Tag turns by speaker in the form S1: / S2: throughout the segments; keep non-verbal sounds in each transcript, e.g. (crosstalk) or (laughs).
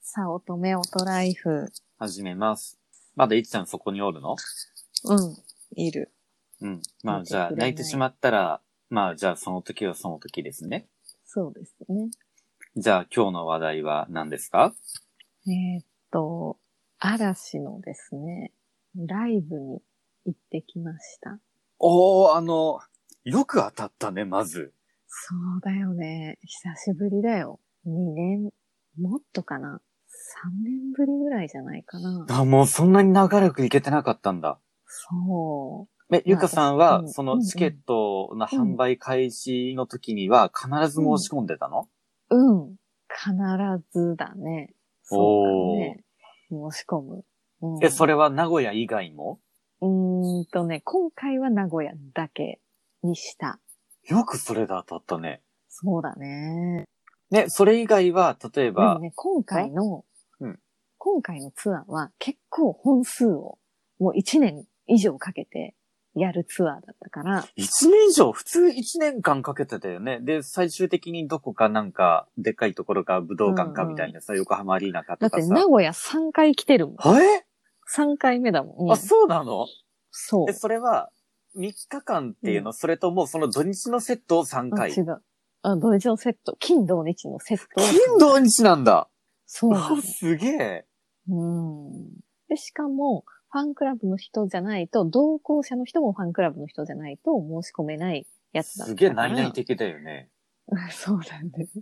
S1: さあ、乙女オトライフ。
S2: 始めます。まだいちちゃんそこにおるの
S1: うん、いる。
S2: うん。ま
S1: 見
S2: あ
S1: て
S2: じゃあ
S1: くれない
S2: 泣いてしまったら、まあじゃあその時はその時ですね。
S1: そうですね。
S2: じゃあ今日の話題は何ですか
S1: えーっと、嵐のですね、ライブに行ってきました。
S2: おー、あの、よく当たったね、まず。
S1: そうだよね。久しぶりだよ。2年、もっとかな。3年ぶりぐらいじゃないかな。
S2: あ、もうそんなに長らく行けてなかったんだ。
S1: そ
S2: え、ゆかさん
S1: まあう
S2: は、
S1: ん
S2: そのチケットの販売開始の時には必ず申し込んでたの、
S1: う。うん。必ずだね。そうだね。申し込む。うん
S2: え、それは名古屋以外も
S1: うーんとね、今回は名古屋だけにした。
S2: よくそれで当たったね。
S1: そうだね。
S2: ね、それ以外は、例え
S1: でも
S2: ば、
S1: ね、今回の、
S2: うん
S1: 今回のツアーは結構本数を、もう1年以上かけてやるツアーだったから、
S2: 一年以上、普通一年間かけてたよね。で、最終的にどこかなんか、でっかいところか武道館かみたいなさ、横浜アリーナか
S1: だ
S2: と
S1: って
S2: か
S1: 名
S2: さ。
S1: 古屋3回来てるもん。
S2: え、
S1: 3回目だもん。
S2: あ、
S1: うん
S2: そうなの
S1: そう
S2: え、。それは、3日間っていうの、それともその土日のセットを3
S1: あ
S2: 回。
S1: 違
S2: 金
S1: う。あ、土日のセット。金土日のセット。
S2: 土日なんだ
S1: そうなの
S2: わすげえ
S1: うん。で、しかも、ファンクラブの人じゃないと、同行者の人もファンクラブの人じゃないと申し込めないやつだった
S2: す
S1: から。
S2: げえ内々的だよね。
S1: (laughs) そうなんです。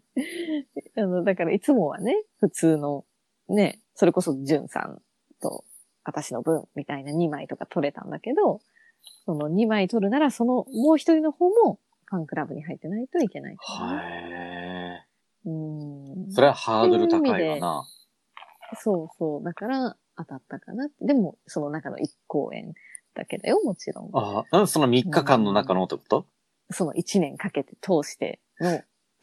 S1: あの、だからいつもはね、普通の、ね、それこそジュンさんと私の分みたいな2枚とか取れたんだけど、その2枚取るなら、そのもう一人の方もファンクラブに入ってないといけないからね、
S2: へ
S1: うん。
S2: え。それはハードル高いわな。
S1: そうそう。だから当たったかな。でも、その中の1公演だけだよ、もちろん。
S2: ああ、うんその3日間の中のってこと、
S1: その1年かけて通しての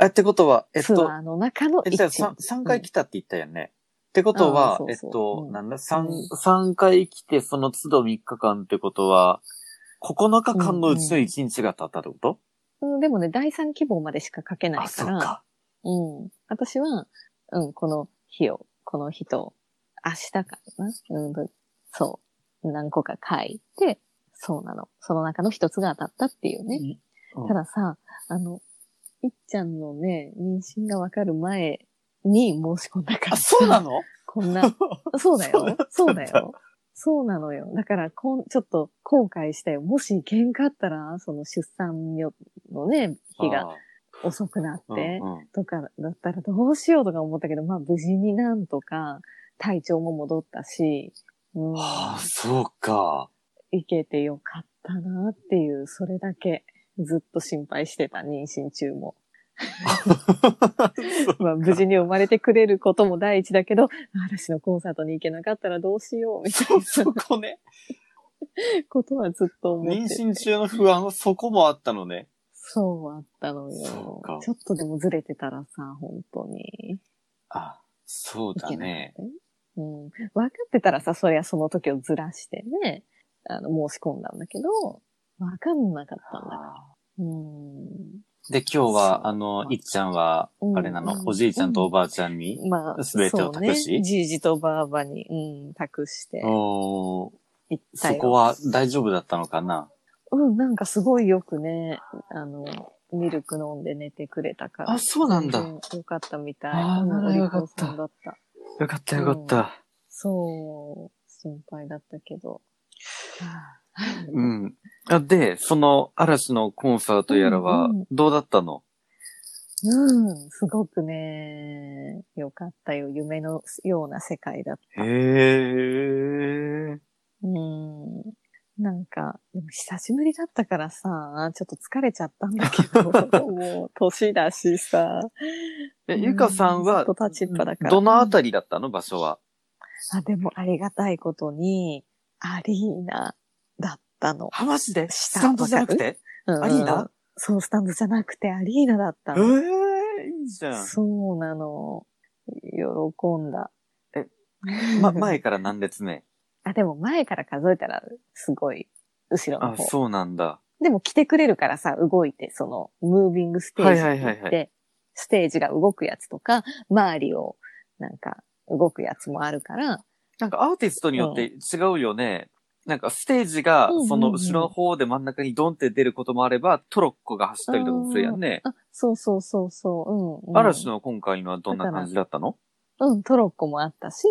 S2: えってことは、えっ
S1: ツ
S2: と、
S1: アーの中の
S2: え、
S1: 1
S2: じゃあ
S1: 年。
S2: 3、三回来たって言ったよね。ってことは、
S1: あーそう
S2: えっ
S1: そう
S2: と、
S1: うん
S2: なんだ、三
S1: うん
S2: 三回来て、その都度3日間ってことは、9日間のうちの1日が経ったってこと、
S1: うんでもね、第3希望までしか書けない
S2: あ、
S1: か
S2: そ
S1: ら。
S2: うか。
S1: うん。私は、うん、この日を、この日と、明日かな。うん、どそう。何個か書いて、そうなの。その中の一つが当たったっていうね。
S2: うん
S1: たださ、あの、いっちゃんのね、妊娠がわかる前に申し込んだから。
S2: あ、そうなの
S1: こん
S2: (laughs)
S1: な、そうだよ。そ
S2: そうう
S1: だ
S2: だ
S1: よ。そうなのよ。だからこん、ちょっと後悔したよ。もし行けんかったら、その出産よのね、 (laughs) 日が
S2: あ
S1: 遅くなっ
S2: ー
S1: て、
S2: うんうん
S1: とかだったらどうしようとか思ったけど、まあ無事になんとか、体調も戻ったし、うん、
S2: ああ、
S1: 行
S2: そうか。
S1: けてよかったなっていう、それだけずっと心配してた、妊娠中も。 (laughs) まあ、無事に生まれてくれることも第一だけど、嵐のコンサートに行けなかったらどうしよう、みたい
S2: (laughs) そこね。
S1: なことはずっと思
S2: 妊
S1: ってて。
S2: 娠中の不安はそこもあったのね。
S1: そうあったの
S2: そ
S1: よ
S2: うか。
S1: ちょっとでもずれてたらさ、本当に。
S2: あ、そうだね。
S1: うん。分かってたらさ、そりゃその時をずらしてね、あの、申し込んだんだけど、分かんなかったんだ。
S2: あ
S1: うん。
S2: ーで、今日
S1: そう
S2: は、あの、いっちゃんは
S1: う、ん
S2: あれなの、
S1: うん
S2: おじいちゃんとおばあちゃんに、
S1: まあ、
S2: 全てを託し
S1: そうねじいじとばあばに、うん、託して
S2: お
S1: い
S2: ー
S1: った
S2: そ
S1: よ。
S2: こは大丈夫だったのかな
S1: うん、なんかすごいよくね、あの、ミルク飲んで寝てくれたから。
S2: あそうなんだ
S1: 全然よかったみたい。
S2: あー
S1: うん
S2: なら
S1: お利
S2: よか
S1: 口
S2: った
S1: さんだった。
S2: よかった
S1: よかった
S2: た。
S1: そう、心配だったけど。
S2: うん。あで、その嵐のコンサートやらは
S1: うんうん、
S2: どうだったの、
S1: うん、すごくね、よかったよ。夢のような世界だった。
S2: へえ。
S1: うん。なんか、でも久しぶりだったからさ、ちょっと疲れちゃったんだけど、 (laughs) もう年だしさ。
S2: え、ゆかさんは
S1: うんずっ、と立ちっぱだから。
S2: どのあたりだったの場所は。
S1: あ、でもありがたいことに、アリーナだったの。
S2: あ、マジで
S1: 下
S2: スタンドじゃなくて
S1: うん
S2: アリーナ
S1: そう、スタンドじゃなくてアリーナだった
S2: ええ
S1: の。
S2: いいじゃん。
S1: そうなの。喜んだ。
S2: え、ま、前から何列目
S1: (laughs) あ、でも前から数えたら、すごい、後ろの
S2: あ、
S1: 方。
S2: そうなんだ。
S1: でも来てくれるからさ、動いて、その、ムービングステージって言って、
S2: はいはいはいは
S1: ステージが動くやつとか、周りを、なんか、動くやつもあるから、
S2: なんかアーティストによって違うよね。なんかステージが
S1: うんうんう、ん
S2: その後ろの方で真ん中にドンって出ることもあれば、トロッコが走ったりとかもするやんね。
S1: あ、そうそうそうそう、うん、うん。
S2: 嵐の今回のはどんな感じだったの
S1: うん、トロッコもあったし、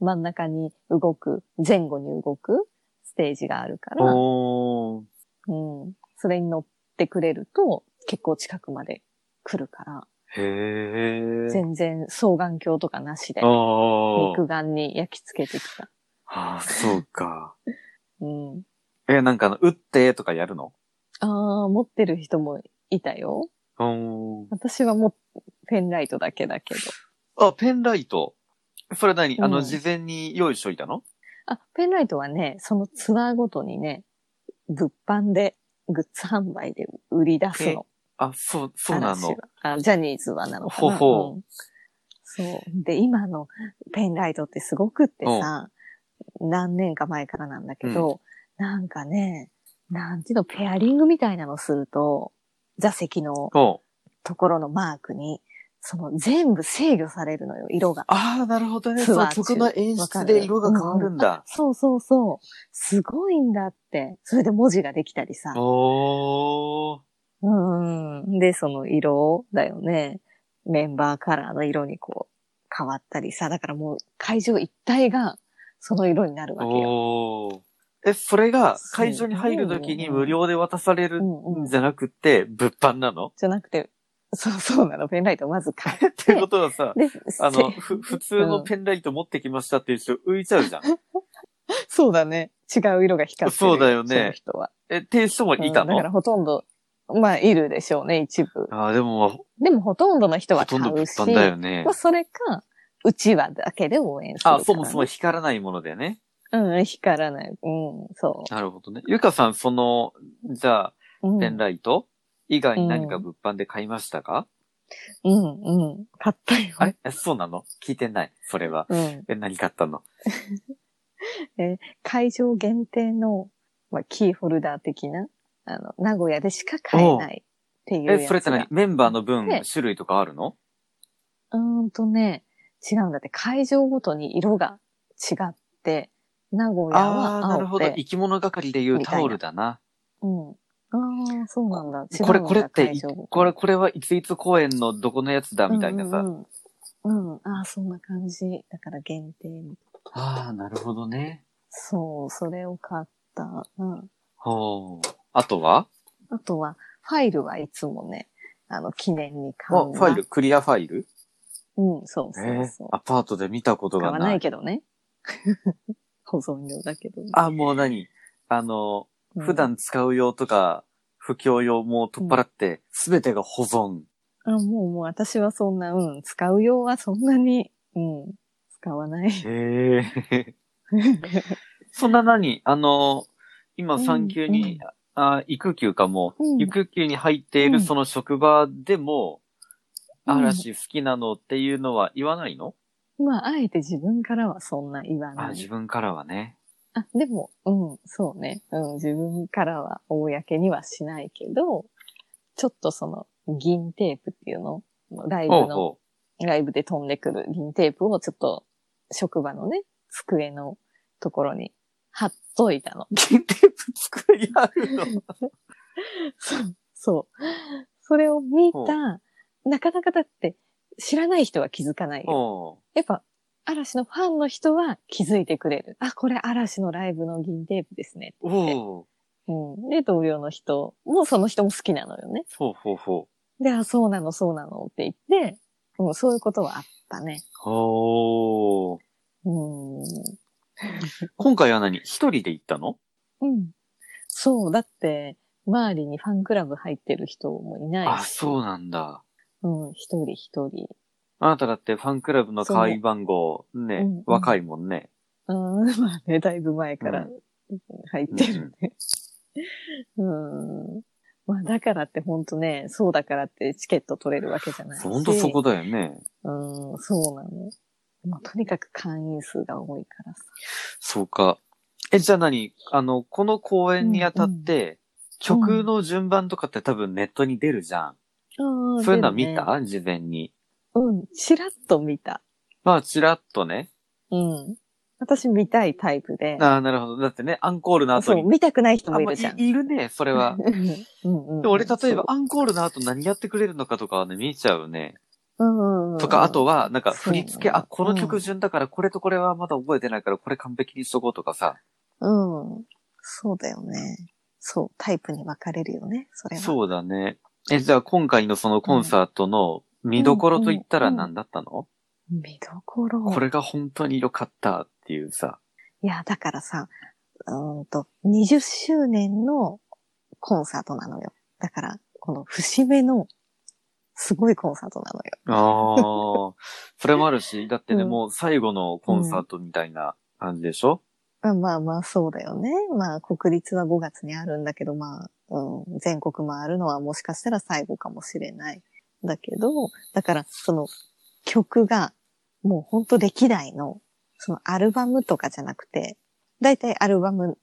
S1: 真ん中に動く、前後に動くステージがあるから、うん。
S2: おー。
S1: それに乗ってくれると、結構近くまで来るから、
S2: へえ。
S1: 全然双眼鏡とかなしで、
S2: あ
S1: 肉眼に焼き付けてきた。
S2: あ。あーそうか。
S1: うん。
S2: え、なんかあの、打ってとかやるの
S1: ああ、持ってる人もいたよ。
S2: おー
S1: 私はもう、ペンライトだけだけど。
S2: あ、ペンライト。それ何あ
S1: う
S2: の、
S1: ん
S2: 事前に用意しといたの
S1: あ、ペンライトはね、そのツアーごとにね、物販で、グッズ販売で売り出すの。
S2: あ、そう、そうな
S1: 嵐
S2: の
S1: は。あジャニーズはなのかな。
S2: ほほうん
S1: そう。で、今のペンライトってすごくってさ、何年か前からなんだけど、なんかね、なんていうの、ペアリングみたいなのすると、座席の
S2: ほう。
S1: ところのマークに、その全部制御されるのよ、色が。
S2: ああ、なるほどね。
S1: ツ
S2: そ
S1: ア
S2: の
S1: ー
S2: 曲の演出で色が変わるんだ。
S1: そうそうそう。すごいんだって。それで文字ができたりさ。
S2: おー。
S1: うん。で、その色だよね。メンバーカラーの色にこう変わったりさ、だからもう会場一体がその色になるわけよ。
S2: おー。え、それが会場に入るときに無料で渡される
S1: うんうんん。
S2: じゃなくて、物販なの
S1: じゃなくて、そうそうなの、ペンライトをまず買っ
S2: (laughs) って
S1: て
S2: いう。ことはさ、
S1: で、
S2: あ
S1: せ
S2: の、ふ、普通のペンライト持ってきましたっていう人浮いち
S1: (laughs)
S2: ゃうじゃん。
S1: そうだね。違う色が光ってる。
S2: そうだよね
S1: その人は。
S2: え、っていう人もいた
S1: うんだ
S2: の、
S1: からほとんど、まあ、いるでしょうね、一部。
S2: ああ、でも、
S1: でもほとんどの人
S2: ほ
S1: は
S2: と
S1: 買
S2: んど物
S1: うし、
S2: 販だよね
S1: まあ、。それか、うちわだけで応援するから、
S2: あ、そもそも。光らないものだよね。
S1: うん、光らない。うん、そ
S2: なるほどね。ゆかさん、その、じゃあ、
S1: う。うん
S2: ペンライト以外に何か物販で買いましたか、
S1: うん、うん。買ったよ。
S2: あれえそうなの聞いてない。それは。
S1: うん。
S2: え、何買ったの
S1: 会場限定の、まあ、キーホルダー的な、あの、名古屋でしか買えないっていうやつが。
S2: え、それって何メンバーの分
S1: ね、
S2: 種類とかあるの
S1: うーんとね、違うんだって、会場ごとに色が違って、名古屋
S2: ああー、
S1: は
S2: なる
S1: 青
S2: ほど。
S1: で。
S2: 生き物係でいうタオルだな。
S1: うん。ああ、そうなんだ。違うんだ
S2: これ、これって
S1: 会
S2: い、
S1: 場ごと
S2: これ、これはいついつ公演のどこのやつだみたいなさ。
S1: うんうんうん、うんああ、そんな感じ。だから限定の。
S2: ああ、なるほどね。
S1: そう、それを買った。うん。
S2: ほう。あとは
S1: あとは、ファイルはいつもね、あの、記念に買
S2: あ
S1: う。
S2: ファイル、。クリアファイル
S1: うん、そう
S2: え
S1: そう
S2: ー
S1: そう。
S2: アパートで見たこと
S1: 買
S2: が
S1: わ
S2: ない。
S1: ないけどね。 (laughs) 保存用だけどね、
S2: あ、もう何あの、
S1: うん
S2: 普。段使う用とか、不況用も取っ払って、すべてが保存。
S1: あ、もうもう私はそんな、うん、使う用はそんなに、うん、使わない。
S2: へえ。 (laughs) そんな何あの、今
S1: うん
S2: 産休に、あ、育休かも、
S1: うん (laughs)
S2: 育休に入っていうる
S1: ん
S2: その職場で
S1: う
S2: も、
S1: ん
S2: 嵐好きなのっていうのは言わないの、
S1: まあ、あえて自分からはそんな言わ
S2: あ、
S1: な
S2: 自
S1: い。
S2: 分からはね。
S1: あ、でも、うん、そうね。うん、自分からは公にはしないけど、ちょっとその、銀テープっていうのライブ
S2: ほう
S1: の
S2: ほ
S1: ライブで飛んでくる銀テープをちょっと職場のね、机のところに貼っといたの。
S2: う。銀テープ作りある (laughs) の。
S1: そう。そう。それを見た、なかなかだって知らない人は気づかないよ。
S2: ほ
S1: やっぱ嵐のファンの人は気づいてくれる。あ、これ嵐のライブの銀テープですね。
S2: う。おう。
S1: うん。で、同僚の人もその人も好きなのよね。
S2: ほうほうほう。
S1: で、あ、そうなの、そうなのって言って、うん、そういうことはあったね。
S2: ほー。
S1: うん。
S2: 今回は何一人で行ったの
S1: うん。そう、だって、周りにファンクラブ入ってる人もいない
S2: あ、
S1: し。
S2: そうなんだ。
S1: うん、一人一人。
S2: あなただってファンクラブの会員番号、ね、
S1: うんうん
S2: 若いもんね。
S1: うん、 (laughs) まあね、だいぶ前から入ってるね。うん。まあだからってほんとね、そうだからってチケット取れるわけじゃないし。
S2: ほんとそこだよね。
S1: うん、そうなの。もうとにかく会員数が多いからさ。
S2: そうか。え、じゃあ何あの、この公演にあたって、
S1: うんうん
S2: 曲の順番とかって多分ネットに出るじゃん。
S1: うん
S2: そういうのは見
S1: でもね
S2: た、事前に。
S1: うん、ちらっと見た。
S2: まあ、ちらっとね。
S1: うん。私見たいタイプで。
S2: ああ、なるほど。だってね、アンコールの後
S1: そう、
S2: に。
S1: 見たくない人
S2: あ
S1: もい
S2: ま
S1: るじゃん。
S2: いるね、そ
S1: (laughs)
S2: れは。
S1: うんうんうん
S2: で俺、例えば、、アンコールの後何やってくれるのかとかはね、見えちゃうね。
S1: うんうんうん
S2: とか、あと、は、なんか、振り付け、
S1: そう
S2: あ、この曲順だから、これとこれはまだ覚えてないから、これ完璧にしとこうとかさ。
S1: うん。そうだよね。そう、タイプに分かれるよね、それは。
S2: そうだね。え、じゃあ、今回のそのコンサートの見どころといったら
S1: うんうんうん
S2: 何だったの
S1: 見どころ。
S2: これが本当に良かったっていうさ。
S1: いや、だからさ、うーんと、20周年のコンサートなのよ。だから、この節目の、すごいコンサートなのよ。
S2: ああ。それもあるし、だってね、
S1: うん
S2: もう最後のコンサートみたいな感じでしょ、
S1: あまあまあ、そうだよね。まあ、国立は5月にあるんだけど、まあ、うん、全国回るのはもしかしたら最後かもしれない。だけど、だから、その、曲が、もうほんと歴代の、そのアルバムとかじゃなくて、だいたいアルバム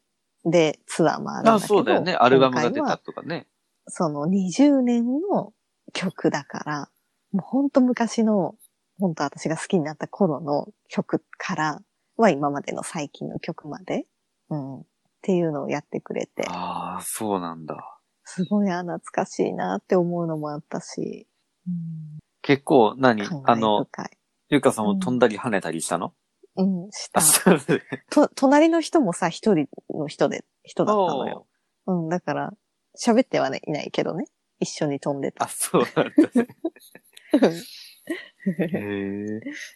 S1: でツアー回るんだけど。
S2: あそうだよね。アルバムが出
S1: 今回は
S2: たとかね。
S1: その20年の曲だから、もうほんと昔の、ほんと私が好きになった頃の曲からは今までの最近の曲まで、うん、っていうのをやってくれて、
S2: ああ、そうなんだ。
S1: すごいあ懐かしいなって思うのもあったし、
S2: 結構何、
S1: 感
S2: あ
S1: 慨
S2: の、
S1: 深い。
S2: ゆかさん
S1: う
S2: も
S1: ん
S2: 飛んだり跳ねたりしたの、
S1: うん、した
S2: あ、。そうだね
S1: と、隣の人もさ、一人の人で、人だったのよ。うん、だから、喋ってはね、いないけどね。一緒に飛んで
S2: あ、
S1: た。
S2: そうなんだ、ね。
S1: (laughs)
S2: へ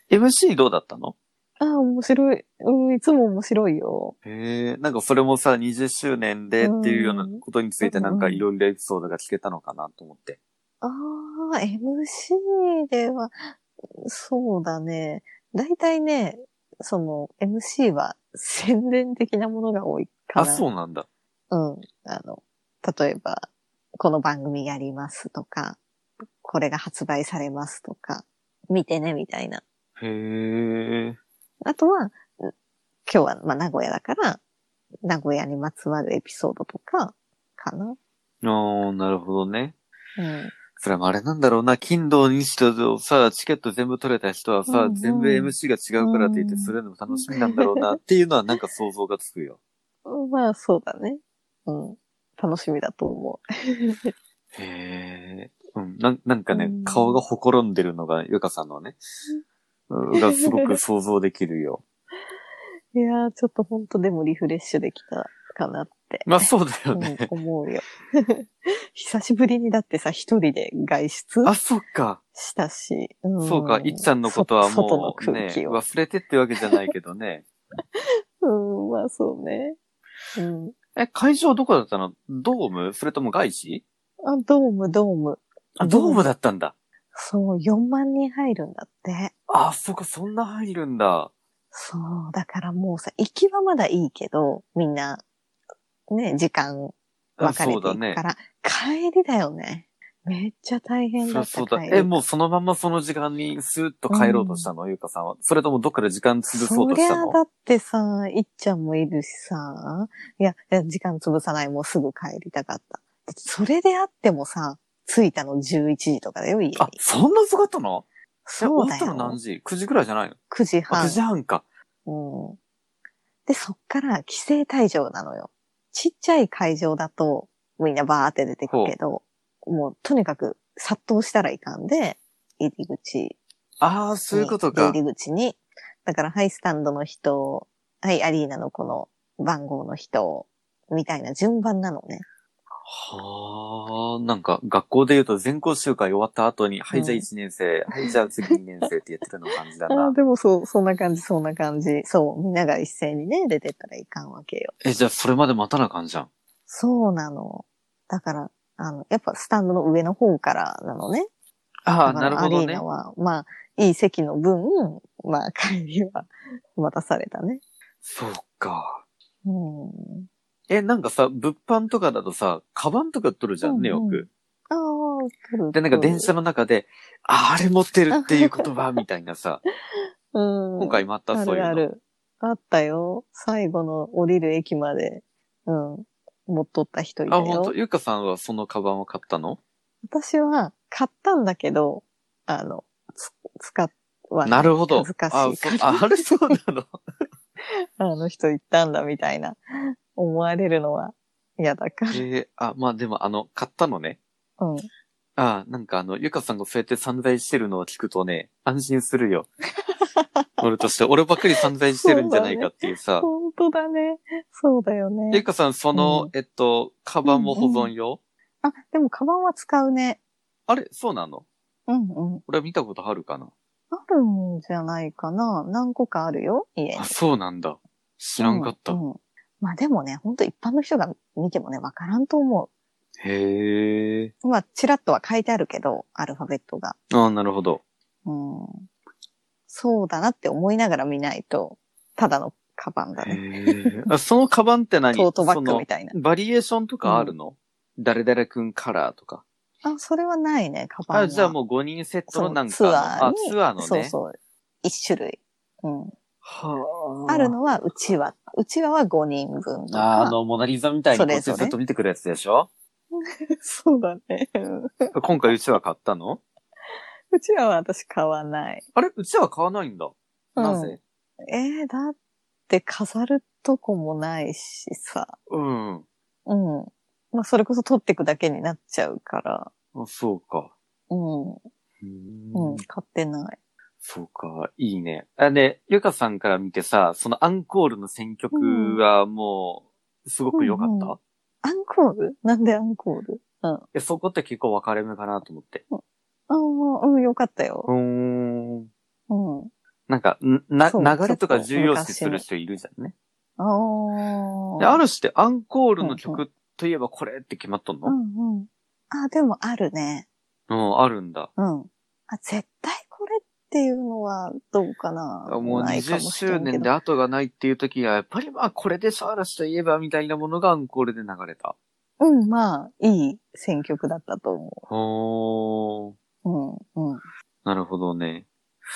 S2: え。MC どうだったの
S1: ああ、面白い。うん、いつも面白いよ。
S2: へえ。なんかそれもさ、20周年でっていうようなことについて
S1: うん
S2: なんかいろいろエピソードが聞けたのかなと思って。
S1: ああ、MC では、そうだね。大体ね、その MC は宣伝的なものが多いか
S2: あ、
S1: ら。
S2: そうなんだ。
S1: うん。あの、例えば、この番組やりますとか、これが発売されますとか、見てね、みたいな。
S2: へえ。
S1: あとは、ん今日は、まあ、名古屋だから、名古屋にまつわるエピソードとか、かな。
S2: あーなるほどね。
S1: うん。
S2: それもあれなんだろうな、金土日とさ、チケット全部取れた人はさ、
S1: うんうん
S2: 全部 MC が違うからって言
S1: う
S2: って、
S1: ん
S2: それでも楽しみなんだろうなっていうのはなんか想像がつく
S1: (laughs)
S2: よ。
S1: まあ、そうだね。うん。楽しみだと思う。
S2: へえ。うん、なんなんかね、
S1: うん
S2: 顔がほころんでるのが、ゆかさん
S1: (laughs)
S2: のね、うんがすごく想像できるよ。
S1: いやー、ちょっとほんとでもリフレッシュできたかなって、
S2: まあそうだ
S1: う
S2: よ
S1: ん
S2: ね。、
S1: 思うよ。 (laughs) 久しぶりにだってさ、一人で外出
S2: あ、そっか。
S1: したし。うん
S2: そうか。いっちゃんのことは
S1: そ外
S2: も
S1: の
S2: う
S1: 空
S2: ね、
S1: 気を。
S2: 忘れてってわけじゃないけどね。
S1: うん、まあそうね。うん。
S2: え、会場どこだったのドームそれとも外資
S1: あ、ドーム、ドーム。
S2: あ、
S1: ドーム
S2: ドームだったんだ。
S1: そう、4万人入るんだって。
S2: あ、そっか、そんな入るんだ。
S1: そう、だからもうさ、行きはまだいいけど、みんな、ね、時間
S2: あ
S1: 分かれてい
S2: そうだ
S1: く
S2: ね
S1: から、帰りだよね。めっちゃ大変
S2: そ
S1: だ
S2: う
S1: った。
S2: そうだ。
S1: 帰り
S2: え、もうそのままその時間にスーッと帰ろうとしたの、ゆうかさんは。それともどっかで時間潰そうとし
S1: り
S2: た
S1: ゃあ
S2: の
S1: だってさ、いっちゃんもいるしさ、いや、いや時間潰さない、もうすぐ帰りたかった。だってそれであってもさ、着いたの11時とかだよ、家に
S2: あ、。そんな遅かったのえ
S1: そうだ
S2: 終わったの何
S1: よ。
S2: 時 ?9 時くらいじゃないの
S1: 9時
S2: あ、9
S1: 半。
S2: 時半か。
S1: うん。で、そっから規制退場なのよ。ちっちゃい会場だと、みんなバーって出てくけど、もうとにかく殺到したらいかんで、入り口
S2: ああ、そういうことか
S1: 出。入り口に。だから、ハイスタンドの人、はい、アリーナのこの番号の人、みたいな順番なのね。
S2: はあ、なんか学校で言うと全校集会終わった後に、はい、じゃあ
S1: うん
S2: 1年生、はい、じゃあ次2年生ってやってるの感じだな。
S1: でもそう、そんな感じ、そんな感じ。そう、みんなが一斉にね、出てったらいかんわけよ。
S2: え、じゃあそれまで待たなあかんじゃん。
S1: そうなの。だから、あの、やっぱスタンドの上の方からなのね。
S2: ああ、
S1: だか
S2: な
S1: ら
S2: るほど
S1: アリー
S2: ね
S1: ナ。は、まあ、いい席の分、まあ、帰りは待たされたね。
S2: そうか。
S1: うん。
S2: え、なんかさ、物販とかだとさ、カバンとか取るじゃんね、
S1: うんう
S2: よ
S1: ん
S2: く。
S1: ああ、来る
S2: で、なんか電車の中で、あ、あれ持ってるっていう
S1: (laughs)
S2: 言葉みたいなさ、
S1: うん。
S2: 今回また
S1: あ
S2: そうい
S1: る
S2: うの。
S1: ある。あったよ。最後の降りる駅まで、うん、持っとった人いた
S2: あ、本当
S1: よ。
S2: ゆうかさんはそのカバンを買ったの
S1: 私は買ったんだけど、あの、つ使っ、はね、
S2: なるほど。
S1: 恥ずかし
S2: あ
S1: いから
S2: そああれそうなの (laughs)
S1: あの人行ったんだみたいな思われるのは嫌だか
S2: えー、あ、まあでもあの、買ったのね。
S1: ら。うん。
S2: ああなんかあの、ゆかさんがそうやって散財してるのを聞くとね、安心す
S1: (laughs)
S2: るよ。俺として、俺ばっかり散財してるんじゃないかっていうさ。
S1: 本当だね。そうだよ
S2: ゆ
S1: ね。
S2: かさん、その、えっと、カバンも保存用、
S1: あ、でもカバンは使うね。
S2: あれそうなの
S1: うんうん。
S2: 俺見たことあるかな
S1: あるんじゃないかな。何個かあるよ、家に
S2: あ、。そうなんだ。知らんかった。
S1: うんうんまあでもね、本当一般の人が見てもね、わからんと思
S2: へえ。
S1: う。まあ、ちらっとは書いてあるけど、アルファベットが。
S2: ああ、なるほど。
S1: うん。そうだなって思いながら見ないと、ただのカバンだ
S2: へ
S1: ね。
S2: え。あそのカバンって何
S1: トートバッグみたいな
S2: そ。のバリエーションとかあるの、誰々くんカラーとか。
S1: あ、それはないね、カバンは。
S2: あ、じゃあもう5人セット
S1: そ
S2: の
S1: う
S2: なんか
S1: ツアー
S2: あ
S1: に。
S2: ツアーのね。
S1: そうそう。一種類。うん。
S2: は
S1: あるのは、うちわ。うちわは5人分と
S2: あーあ
S1: か。
S2: の、モナリザみたいにこうやっ
S1: そ
S2: て
S1: れそ
S2: ず
S1: れ
S2: っと見てくるやつでしょ
S1: (laughs) そうだね。
S2: 今回うちは買ったの
S1: (laughs) うちわは私買わない。
S2: あれうちは買わないんだ。なぜ
S1: えー、だって飾るとこもないしさ。
S2: うん。あ、
S1: うん。まあ、それこそ取ってくだけになっちゃうから。
S2: そうか。
S1: うん。
S2: うー
S1: うんん、。買ってない。
S2: そうか。いいね。あ、で、ゆかさんから見てさ、そのアンコールの選曲はもう、すごく良かった、
S1: うんうんアンコールなんでアンコールうん。
S2: え、そこって結構分かれ目かなと思って。
S1: ああ、うん、よかったよ。
S2: ん。
S1: うん。
S2: なんか、んな、
S1: そう
S2: 流れとか
S1: ちょっと
S2: 重要視する人いるじゃんね。
S1: あ
S2: で、
S1: あ。
S2: ある種ってアンコールの
S1: うんう
S2: 曲といえばこれって決まっとん
S1: う
S2: の
S1: んうん。あ、でもあるね。
S2: うん、あるんだ。
S1: うん。あ、絶対これっていうのはどうかな。
S2: もう
S1: ないか
S2: 20
S1: もしれ
S2: 周
S1: んけど
S2: 年で後がないっていう時は、やっぱりまあこれでしょ、嵐といえばみたいなものがアンコールで流れた。
S1: うん、まあ、いい選曲だったと思
S2: ほー。
S1: う。うん、うん。
S2: なるほどね。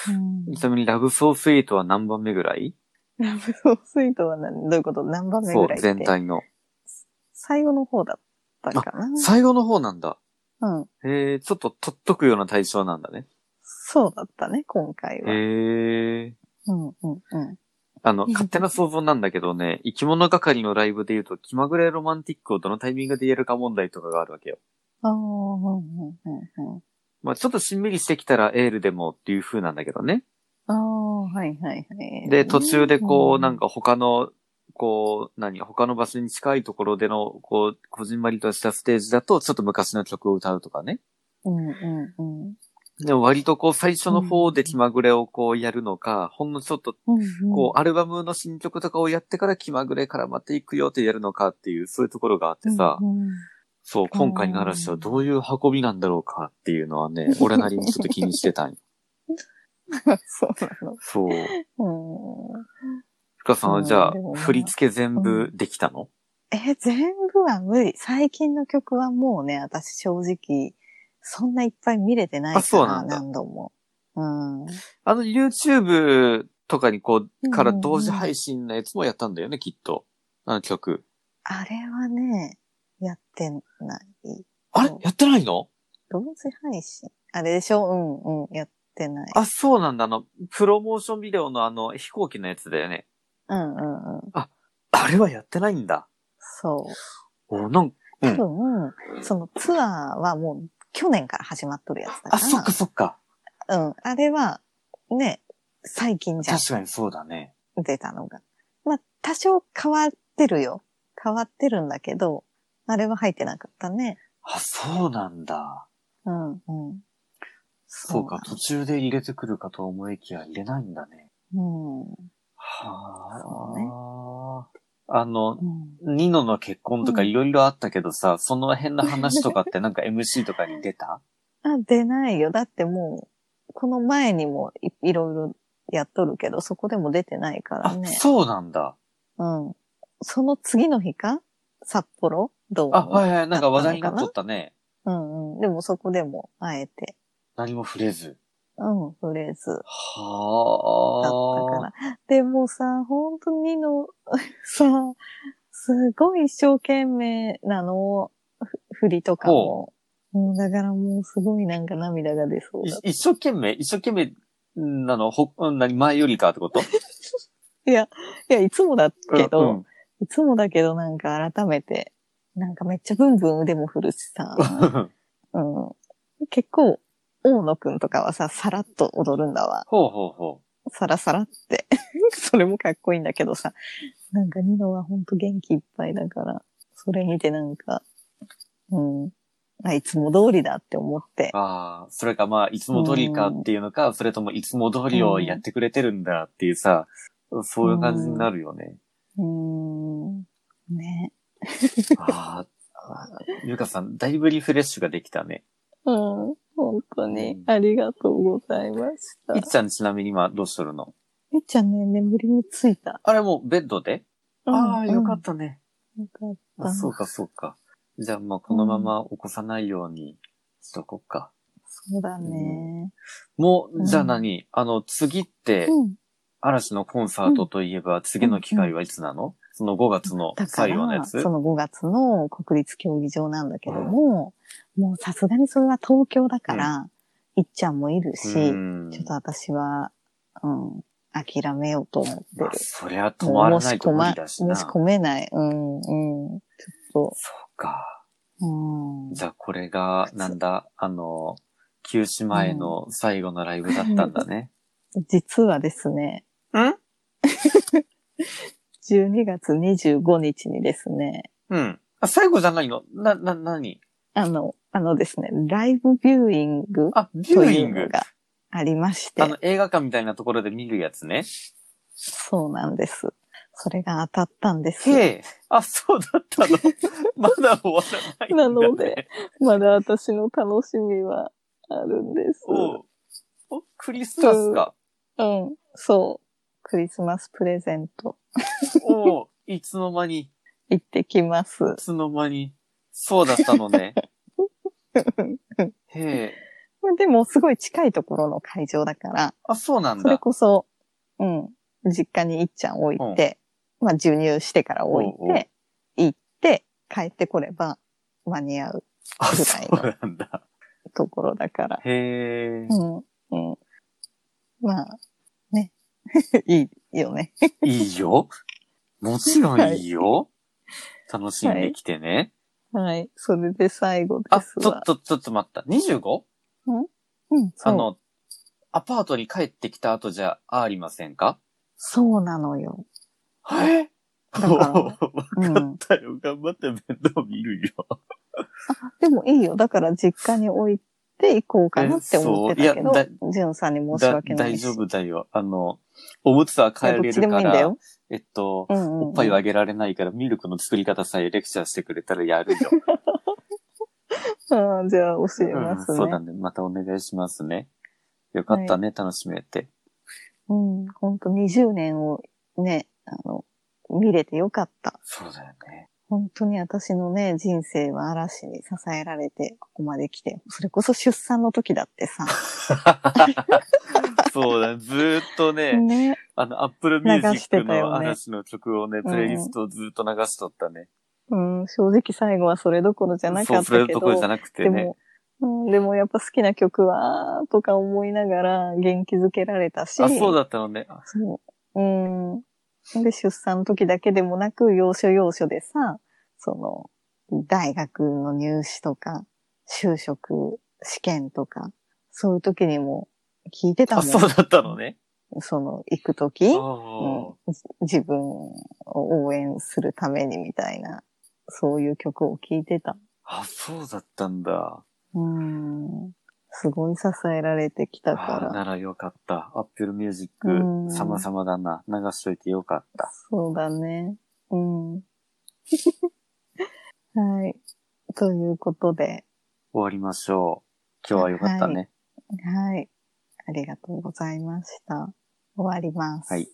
S1: うん
S2: ちなみにラブソースイートは何番目ぐらい
S1: ラブソースイートは何どういうこと何番目
S2: そ
S1: ぐ
S2: う
S1: らい、って
S2: 全体の。
S1: 最後の方だったか
S2: 最後の方なんだ。
S1: な。うん。
S2: へえ、ちょっと取っとくような対象なんだね。
S1: そうだったね、今回は。
S2: へえ。
S1: うん、うん、うん。
S2: あの、勝手な想像なんだけどね、生き物係のライブで言うと、気まぐれロマンティックをどのタイミングでやるか問題とかがあるわけよ。
S1: ああ、うん、うん、うん、うん。
S2: まあちょっとしんみりしてきたらエールでもっていう風なんだけどね。
S1: ああ、はい、はい、はい。
S2: で、途中でこう、なん
S1: か。
S2: か他の、こう、何、他の場所に近いところでの、こう、こじんまりとしたステージだと、ちょっと昔の曲を歌うとかね。
S1: うん、うん、うん。
S2: でも割とこう、最初の方で気まぐれをこうやるのか、ほんのちょっと、
S1: うんうん
S2: こう、アルバムの新曲とかをやってから気まぐれからまた行くよってやるのかっていう、そういうところがあってさ、
S1: うん (laughs) うん
S2: そう、今回の嵐はどういう運びなんだろうかっていうのは (laughs) ね、俺なりにちょっと気にしてたんよ。
S1: そうなの
S2: そう。
S1: うん。
S2: 深さんはじゃあ
S1: うんでも、な
S2: 振り付け全部できたの、
S1: え、全部は無理。最近の曲はもうね、私正直、そんないっぱい見れてない
S2: あそ
S1: か
S2: うな
S1: ら、
S2: んだ
S1: 何度も。うん。
S2: あの、YouTube とかにこ
S1: う
S2: う、
S1: ん
S2: から同時配信のやつもやったんだよね、きっと。あの曲。
S1: あれはね、やってない。
S2: あれ
S1: うん
S2: やってないの
S1: 同時配信あれでしょうんうん、やってない。
S2: あ、そうなんだ。あの、プロモーションビデオのあの、飛行機のやつだよね。
S1: うんうんうん。
S2: あれはやってないんだ。
S1: そう。
S2: おなんう
S1: 多
S2: ん
S1: 分、そのツアーはもう去年から始まっとるやつだから。
S2: あ、そっかそっか。
S1: うん。あれは、ね、最近じゃん
S2: 確かにそうだね。
S1: 出たのが。まあ、多少変わってるよ。変わってるんだけど、あれは入ってなかったね。
S2: あ、そうなんだ。
S1: うん、うん。
S2: そうか、
S1: そ
S2: 途中で入れてくるかと思いきや入れないんだね。
S1: うなの。そうね
S2: はあ。あの
S1: う、ん。
S2: ニノの結婚とか
S1: うん
S2: いろいろあったけどさ、その辺の話とかってなんか MC とかに
S1: (laughs)
S2: 出た
S1: うん。あ、出ないよ。だってもう、この前にもいいろいろやっとるけど、そこでも出てないから
S2: あ、
S1: ね。
S2: そうなんだ。
S1: うん。その次の日か札幌どう
S2: あ、はいはい、なんか話題にな
S1: だ
S2: っ
S1: った
S2: と
S1: のかな
S2: ったね。
S1: うんうん。でもそこでも、あえて、
S2: 何も触れず。
S1: うん、フレーズだった
S2: はあ。
S1: から。でもさ、本当にの、 (laughs) さ、すごい一生懸命なの、ふ振りとかも。もうだからもうすごいなんか涙が出そうだっ
S2: い一生懸命、一生懸命なの、ほ、何、前よりかってこと
S1: いや、いや、いつもだけど、
S2: うんうん (laughs)
S1: いつもだけどなんか改めて、なんかめっちゃブンブン腕も振るしさ、 (laughs) うん、結構、大野くんとかはさ、さらっと踊るんだわ。
S2: ほうほうほ
S1: さらさらって。 (laughs) それもかっこいいんだけどさ、なんかニノはほんと元気いっぱいだから、それ見てなんか、うん、あ、いつも通りだって思って
S2: う。、ああ、それかまあ、いつも通りかっていうのか、それともいつも通りをやってくれてるんだっていうさ、そういう感じになるよね。
S1: うーん、ね。
S2: あーあー、ゆかさん、だいぶリフレッシュができたね。
S1: うん、本当にありがとうございました。
S2: いっちゃんちなみに今どうしとるの
S1: みっちゃんね、眠りについた。。
S2: あれもうベッドで、ああ、よかったたね。
S1: よかっ
S2: あ
S1: た。
S2: そうか、そうか。じゃあ、まあ、このまま起こさないようにしとこうか。
S1: そうだね。
S2: も
S1: う
S2: う、
S1: ん
S2: じゃあ何、あの、次って、
S1: うん。
S2: 嵐のコンサートといえば、次の機会はいつなの、その5月の
S1: だか
S2: 最後のや
S1: ら、
S2: つ
S1: その5月の国立競技場なんだけども、もうさすがにそれは東京だから、いっちゃんもいるし、
S2: うん
S1: ちょっと私は、うん、諦めようと思って
S2: まあ、
S1: る。
S2: そりゃ止まらないと無理だし
S1: も
S2: な。
S1: う申し込
S2: そ
S1: ま申し込めない。うん、うん。ちょっ
S2: うか。
S1: と、うん。
S2: じゃあ、これが、なんだ、あの、休止前の最後のライブだったん
S1: (laughs)
S2: だね。
S1: 実はですね、
S2: うん
S1: 12月25日にですね、
S2: うん。あ、最後じゃないのな、な、なに
S1: あの、あのですね、ライブビューイング
S2: あ、ビュ
S1: と
S2: ー
S1: い
S2: イ
S1: う
S2: ング
S1: の。がありまして
S2: あ、の、映画館みたいなところで見るやつね。
S1: そうなんです。それが当たったんです
S2: へ。え。あ、そうだっ
S1: (laughs)
S2: たの。まだ終わらないんだ、ね。
S1: なので。まだ私の楽しみはあるんです。
S2: おうお、クリスマスか。
S1: うん、そう。クリスマスプレゼント
S2: おういつの間に、い
S1: 行ってきます。
S2: つの間に。そうだった
S1: (laughs)
S2: のね。へえ。
S1: まあでも、すごい近いところの会場だから、
S2: あ、そうなん
S1: それ
S2: だ。
S1: こそ、うん、実家にいっちゃん置いて、まあ授乳してから置い
S2: おうおう
S1: て、行って、帰ってこれば間に合う
S2: あ、
S1: ぐ
S2: そ
S1: らいう
S2: なんだ。
S1: ところだから。
S2: へ
S1: う。
S2: え
S1: ん、うん。まあ、ね。 (laughs) いいよね。
S2: いいよ。もちろんいいよ。楽しんできてね。
S1: はい。それで最後で
S2: あ、
S1: す
S2: ちょっ
S1: わ。
S2: と、ちょっと待った。25?
S1: うん、
S2: あ
S1: そう。
S2: の、アパートに帰ってきた後じゃありませんか
S1: そうなのよ。
S2: はい。
S1: だから
S2: わ
S1: うん
S2: かったよ。頑張って面倒見るよ。
S1: でもいいよ。だから実家に置いて行こうかなって思ってたけど
S2: えそういや、
S1: ジュンさんに申し
S2: だ
S1: 訳ない
S2: 大
S1: し。
S2: 丈夫だよ。あの、おむつは変え
S1: いやど
S2: れ
S1: っちで
S2: る
S1: も
S2: か
S1: いいんだ
S2: ら
S1: よ、。
S2: えっと、
S1: うんうんうん、
S2: おっぱいをあげられないから、ミルクの作り方さえレクチャーしてくれたらやるよ。
S1: うん、じゃあ教え
S2: う
S1: ま (laughs)
S2: ん
S1: すね。
S2: そうだね。またお願いしますね。よかったね、楽しめて。
S1: うん、ほんと20年をね、あの、見れてよかった。
S2: そうだよね。
S1: 本当に私のね、人生は嵐に支えられて、ここまで来て、それこそ出産の時だってさ、
S2: (laughs) そうだね。ずーっとね、
S1: ね、
S2: あの、アップルミュー
S1: 流
S2: ジ
S1: し
S2: ッ
S1: て
S2: ク
S1: たよ
S2: の
S1: ね
S2: 嵐の曲をね、プレイリストをずーっと流しとったね。
S1: うん、正直最後はそれどころじゃなか
S2: そ
S1: っ
S2: う、
S1: た
S2: それ
S1: け
S2: ど
S1: ど、
S2: ころじゃなくて
S1: で
S2: ね。
S1: も、うん、でもやっぱ好きな曲は、とか思いながら元気づけられたし、
S2: あ、そうだったのね。あ
S1: そう。うん。で、出産の時だけでもなく、要所要所でさ、その、大学の入試とか、就職試験とか、そういう時にも聞いてたも
S2: あ、
S1: ん。
S2: そうだったのね。
S1: その、行く時、
S2: あ
S1: うんじ自分を応援するためにみたいな、そういう曲を聴いてた。
S2: あ、そうだったんだ。
S1: うん。すごい支えられてきた
S2: あ
S1: か
S2: ならよかった。アップルミュージッ
S1: うん
S2: ク、様々だな。流しといてよかっ
S1: ら
S2: た。。
S1: そうだね。うん。 (laughs) はい。ということで、
S2: 終わりましょう。今日はよかったね。
S1: はい。ありがとうございました。終わります。
S2: はい